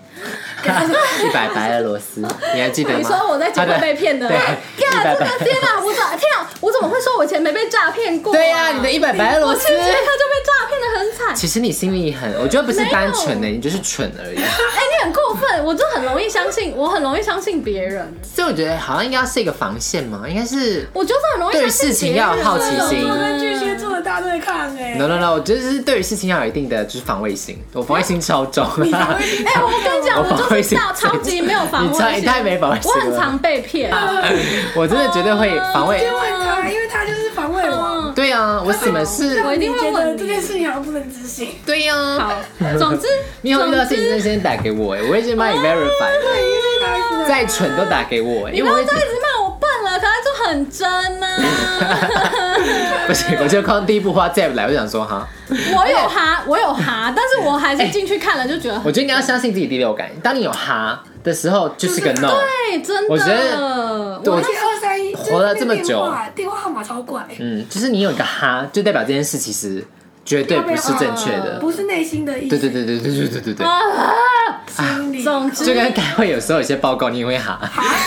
A: 一百白的螺丝，你还记得吗？
B: 你说我在节
A: 他
B: 目被骗的，哎
A: 对，100
B: 干这个 天哪！我怎天啊，我怎么会说我以前没被诈骗过、啊
A: 对呀，你的一百白的
B: 我
A: 螺
B: 是
A: 丝
B: 觉。得他就被诈骗的很惨。
A: 其实你心里很，我觉得不是
B: 没有
A: 单纯的，你就是蠢而已。
B: 哎、你很过分，我就很容易相信，我很容易相信别人，
A: 所以我觉得好像应该是一个防线嘛，应该是
B: 我就是很容易
A: 对
B: 相
A: 于
B: 信
A: 事情
B: 别人
A: 要有好奇心
D: 我跟巨蟹座的大对抗哎、
A: no no no，我觉得是对于事情要有一定的就是防卫心，我防卫心超重。啊
D: 你才会
B: 哎、我跟你讲，
A: 我
B: 我
A: 防卫
B: 就是
A: 心
B: 大超级没有防
A: 你超
B: 卫
A: 你
B: 心，
A: 太没防卫心
B: 我
A: 了
B: 很常被骗。
A: 我真的绝对会
B: 啊
A: 防卫
D: 去。问他，因为他就是防卫王。
B: 嗯，
A: 对啊，我什么事？
B: 我一定
D: 你
B: 会
D: 觉
B: 问
D: 得
B: 你
D: 这件事情好像不能执行。
A: 对
B: 好
A: 啊，，
B: 总之，
A: 你有遇到
B: 总
A: 事情真的
B: 之，啊
A: 先打给我，哎，我已经帮你 verify，
D: 对，因为他一直在
A: 再蠢都打给我，
B: 你
A: 因
B: 不
A: 为
B: 要
A: 我
B: 再
A: 已
B: 一
A: 经
B: 直骂我笨了，可是就很真呢、
A: 不行，我就看到第一部花 zap 来，我就想说哈，
B: 我有哈，我有哈，但是我还是进去看了，就觉得很
A: 哎我觉得你要相信自己第六感，当你有哈的时候，就是个 no。
B: 对，真的，
A: 我觉得对我
B: 我
D: 而且二三一
A: 活了这么久
D: 就是那个电话电话号码超怪，
A: 嗯，就是你有一个哈，就代表这件事其实绝对不是正确的。哦
D: 不是内心的意思。
A: 对对对对对对对对对，
B: 啊，
D: 心理。
B: 总之
A: 就跟开会有时候有些报告你也会哈，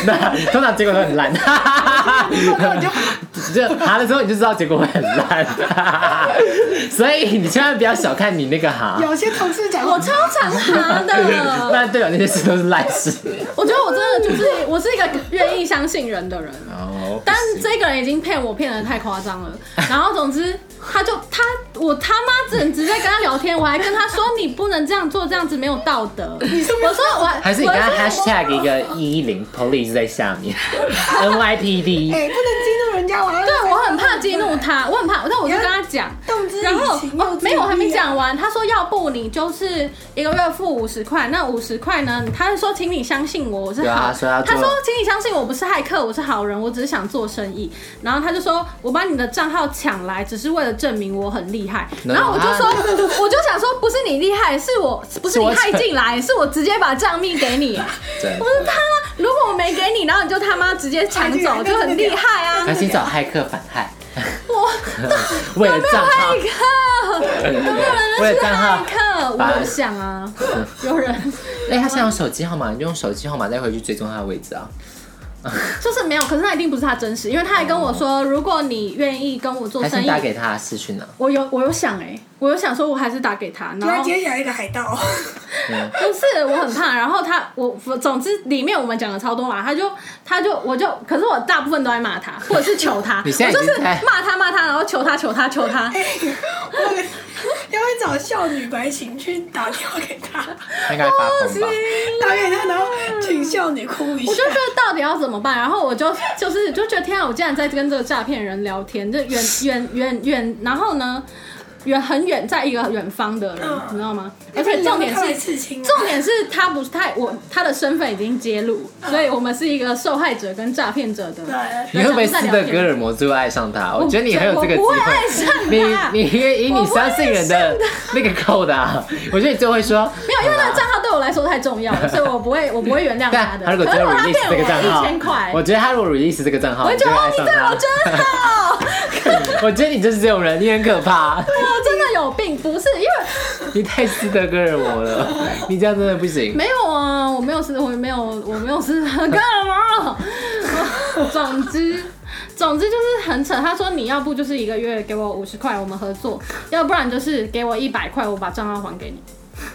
A: 那通常结果都很 烂，
D: 报告你就
A: 就哈了之后你就知道结果会很烂， 所以你千万不要小看你那个哈。
D: 有些同事讲
B: 我超常哈的，
A: 那代表那些事都是烂事。
B: 我觉得我真的就是我是一个愿意相信人的人。
A: 哦，
B: 但这个人已经骗我骗的太夸张了，然后总之他就他我他妈只能直接跟他聊天，我还跟他说你不能这样做，这样子没有道德。我说我
A: 还是你跟他
B: 我
A: hashtag 一个一一零 police 在下面，NYPD
D: 哎，不能激怒人家，我要
B: 对我很怕激怒他，我很怕，但我就跟他讲
D: 动之，以
B: 然后
D: 情
B: 哦
D: 动之以
B: 没有，我还没
D: 理啊
B: 讲完。他说要不你就是一个月付五十块，那五十块呢？他就说请你相信我，我是
A: 对啊
B: 好。
A: 所以他做
B: 他说请你相信我不是骇客，我是好人，我只是想做生意。然后他就说我把你的账号抢来，只是为了证明我很厉害。
A: No，
B: 然后我就说
A: 他
B: 我就想说不是你厉害，是我不是你
A: 是我
B: 害
A: 抢
B: 进来，是我直接把账密 给你。
A: 对
B: 我，说他妈，如果我没给你，然后你就他妈直接抢
D: 进来
B: 走，就很厉害啊。
A: 还是你找骇客反骇，
B: 我
A: 为了账号
B: 骇，客，有没有人
A: 为了
B: 认识
A: 账号
B: 骇客？
A: 把
B: 我有想啊，有人
A: 哎，他现在有手机号码，你就用手机号码再回去追踪他的位置啊。
B: 就是没有，可是那一定不是他真实，因为他还跟我说，如果你愿意跟我做
A: 还是
B: 生
A: 你
B: 意
A: 打，给他私讯呢？
B: 我有我有想哎，我有想说，我还是打给他，
D: 突然
B: 然后
D: 接起来一个海盗，
B: 不是我很怕，然后他我我总之里面我们讲了超多嘛，他就他就我就，可是我大部分都在骂他，或者是求 他，
A: 你现在
B: 我
A: 已经
B: 就是
A: 在
B: 骂他骂他，然后求他求他求他，
D: 哎我有个要不要找少女白情去打电话给他，
A: 他应该发疯吧？
D: 打给他，然后请少女哭一下
B: 我就。觉得到底要怎么办？然后我就就是就觉得天啊，我竟然在跟这个诈骗人聊天，这远远远远，然后呢，远很远，在一个远方的人，
D: 嗯
B: 你知道吗？而且重点
D: 他们
B: 是。
D: 刺青啊，
B: 重点是他不是太我他的身份已经揭露，所以我们是一个受害者跟诈骗者的。
D: 对，
A: 你会不会斯德哥尔摩最后爱上他？我觉得你很有这个机
B: 我不会爱上
A: 会。你
B: 他
A: 你以你相信人的那个扣的啊，我觉得你最后会说
B: 没有，因为那个账号对我来说太重要了，所以我不会我不会原谅他
A: 但
B: 的。
A: 他如果
B: 可
A: 真
B: 是
A: 的
B: 如果他
A: release 这个
B: 骗
A: 账
B: 我
A: 号，
B: 一千块，
A: 我觉得他如果 release 这个账号，
B: 我
A: 你
B: 就
A: 就
B: 觉
A: 会爱
B: 得哦你
A: 上
B: 对我
A: 他。
B: 真好，
A: 我觉得你就是这种人，你很可怕，
B: 我真的有病，不是因为
A: 你太斯德哥尔摩了，你这样真的不行。
B: 没有啊，我没有是，我没有，我没有是干嘛？ 总之，总之就是很扯。他说你要不就是一个月给我五十块，我们合作；要不然就是给我一百块，我把账号还给你。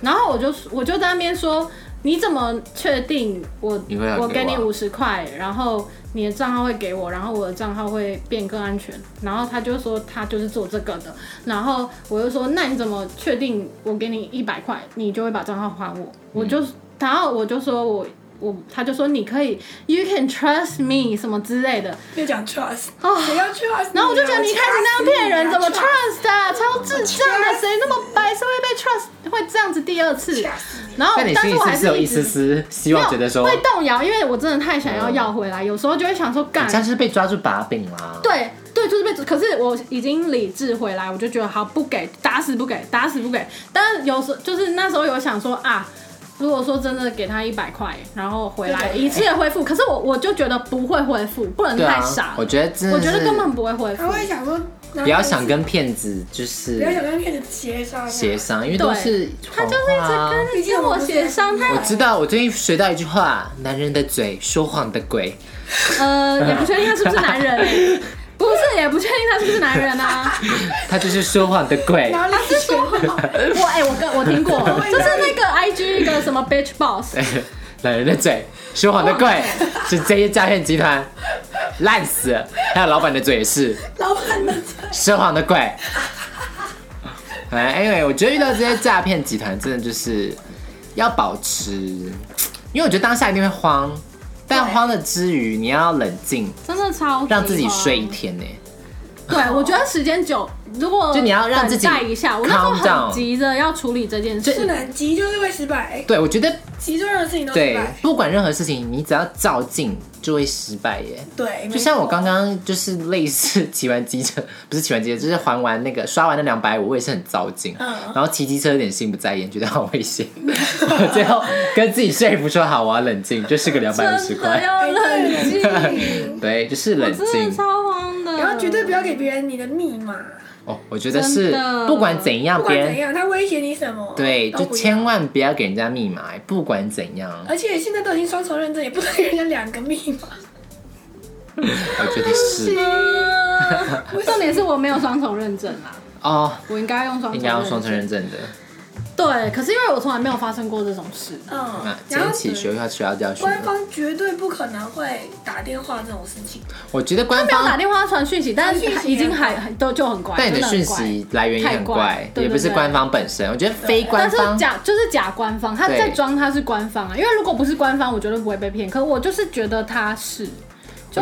B: 然后我就我就在那边说，你怎么确定我
A: 你会要给我啊
B: 我给你五十块，然后你的账号会给我，然后我的账号会变更安全？然后他就说他就是做这个的，然后我就说那你怎么确定我给你一百块，你就会把账号还我？我
A: 嗯
B: 就然后我就说我。我他就说你可以，you can trust me 什么之类的，
D: 又讲 trust，
B: 哦
D: 谁要 trust？
B: 然后我就觉得你一开始那样骗人，怎么 trust 啊？超智障的，
D: Trust
B: 谁那么白是会被 trust 会这样子第二次
D: Trust？
B: 然后
A: 但你，
B: 但
A: 心
B: 是
A: 里是
B: 我
A: 不
B: 还
A: 是有
B: 一
A: 一丝
B: 直
A: 丝希
B: 没
A: 望，
B: 有
A: 觉得说
B: 会动摇，因为我真的太想要要回来，有时候就会想说干
A: 你，像是被抓住把柄啦？
B: 对对，就是被，可是我已经理智回来，我就觉得好不给，打死不给，打死不给。但是有时候就是那时候有想说啊。如果说真的给他一百块，然后回来
D: 对
B: 一次恢复，可是我我就觉得不会恢复，不能
A: 对
B: 太
A: 啊
B: 傻，了。
A: 我觉得真的
B: 我觉得
A: 是
B: 根本不会恢复
D: 他。会想说，
A: 不要想跟骗子就是
D: 不要想跟骗人协商啊，
A: 协商，因为都是
B: 他
A: 谎
B: 就是
A: 话啊
B: 一直跟跟我协商，他
A: 我知道，我最近学到一句话：男人的嘴，说谎的鬼。
B: 呃也不确定他是不是男 人、欸，不是也不确定他是不是男人啊。
A: 他就是说谎的鬼。
D: 哪里是说
B: 我哎、我跟我听过，就是那个 I G 一个什么 bitch boss，
A: 男人的嘴，说谎的鬼，是这些诈骗集团烂死了。还有老板的嘴也是
D: 老板的
A: 说谎的鬼。哎，因为我觉得遇到这些诈骗集团，真的就是要保持，因为我觉得当下一定会慌，但
D: 对
A: 慌的之余，你要冷静，
B: 真的超级
A: 让自己
B: 棒
A: 睡一。天呢、
B: 对，我觉得时间久，如果
A: 就你要让自己
B: 等待一下，我那时候
A: calm down
B: 很急着要处理这件
D: 是
B: 事。
D: 难急就是会失败，
A: 对，我觉得
D: 急所有的事情都失
A: 对
D: 败，，
A: 不管任何事情，你只要照镜就会失败耶。
D: 对，
A: 就像我刚刚就是类似骑完机车，不是骑完机车，就是还完那个刷完那两百五，我也是很糟劲。
D: 嗯
A: 然后骑机车有点心不在焉，觉得好危险。我最后跟自己说服说好，我要冷静，就是个两百五十
B: 真的
A: 块。
B: 要冷静，
A: 对，就是冷
B: 真的
A: 静。
B: 超慌的。
D: 然后绝对不要给别人你的密码，
A: 哦，我觉得是
B: 真的
A: 不管怎样，
D: 不
A: 别
D: 管怎
A: 人
D: 样，他威胁你什么，
A: 对
D: 都
A: 就
D: 不要
A: 千万不要给人家密码，不管怎样，
D: 而且现在都已经双重认证，也不能给人家两个密码。
A: 我觉得是
B: 嗯重点是我没有双重认证啦，
A: 哦，
B: 我应该用双重
A: 应
B: 认
A: 该
B: 证。
A: 要双重认证的。
B: 对，可是因为我从来没有发生过这种事，
D: 嗯
A: 那，今天
D: 然后
A: 起学校学校就要去
D: 官
A: 了。
D: 方绝对不可能会打电话这种事情。
A: 我觉得官
B: 没有打
A: 方
B: 电话传讯息，但是
D: 传讯息
B: 已经
D: 很
B: 还
D: 怪
B: 还都就很怪，
A: 但你的
B: 真
A: 讯
B: 很怪
A: 息来源也很
B: 太怪对
A: 也不是
B: 对对
A: 官方本身。我觉得非官
B: 但是
A: 方
B: 假就是假官方，他
A: 对
B: 在装他是官方啊，因为如果不是官方，我绝对不会被骗。可我就是觉得他是，就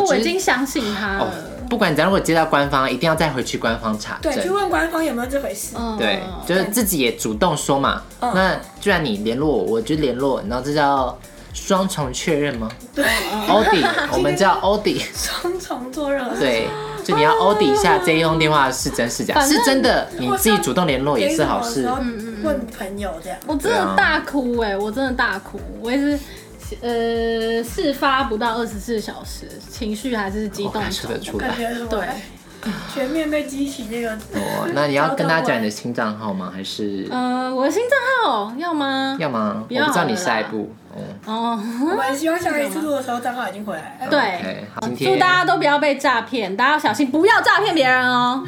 A: 我觉
B: 我
A: 得
B: 已经相信他
A: 哦
B: 了。，
A: 不管怎样，如果接到官方，一定要再回去官方查证
D: 对，。去问官方有没有这回事。
B: 嗯，
A: 对，就是自己也主动说嘛。
D: 嗯
A: 那既然你联络我，我就联络，你知道这叫双重确认吗？
D: 对，
A: 欧 底，我们叫欧底。
D: 双重做任何事。
A: 对，就你要欧底一下这一通电话是真是假，
B: 反正
A: 是真的，你自己主动联络也是好
D: 给
A: 事哦嗯
D: 什。么的时候问朋友这样。
B: 我真的大哭哎、我真的大哭，我也是。呃，事发不到二十四小时，情绪还是激
A: 我
B: 动
A: 还吃
B: 中
A: 得出
D: 感
A: 来。
D: 觉是我
B: 对，
D: 全面被激起那个。
A: 哦，那你要跟他讲你的新账号吗？还是
B: 呃，我的新账号要吗？
A: 要吗？
B: 不
A: 我
B: 要
A: 不知道你
B: 了啦
A: 下一步。哦，
B: 哦，
D: 我们希望下一次录的时候账号已经回来了。
B: 对
A: OK，好，今
B: 祝
A: 天
B: 大家都不要被诈骗，大家要小心，不要诈骗别 人哦。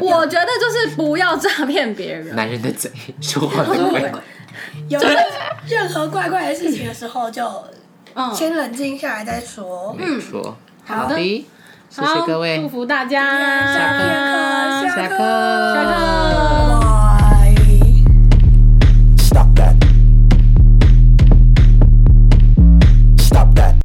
B: 我觉得就是不要诈骗别人。
A: 男人的嘴说话的鬼。
D: 有任何怪怪的事情的时候，就
B: 嗯，
D: 先冷静下来再说。
A: 没错。
D: 好
A: 的，谢
B: 好
A: 谢各位
B: 祝。福大家
D: 下课，
B: 嗯
A: 下课
D: 下课。
B: 下课。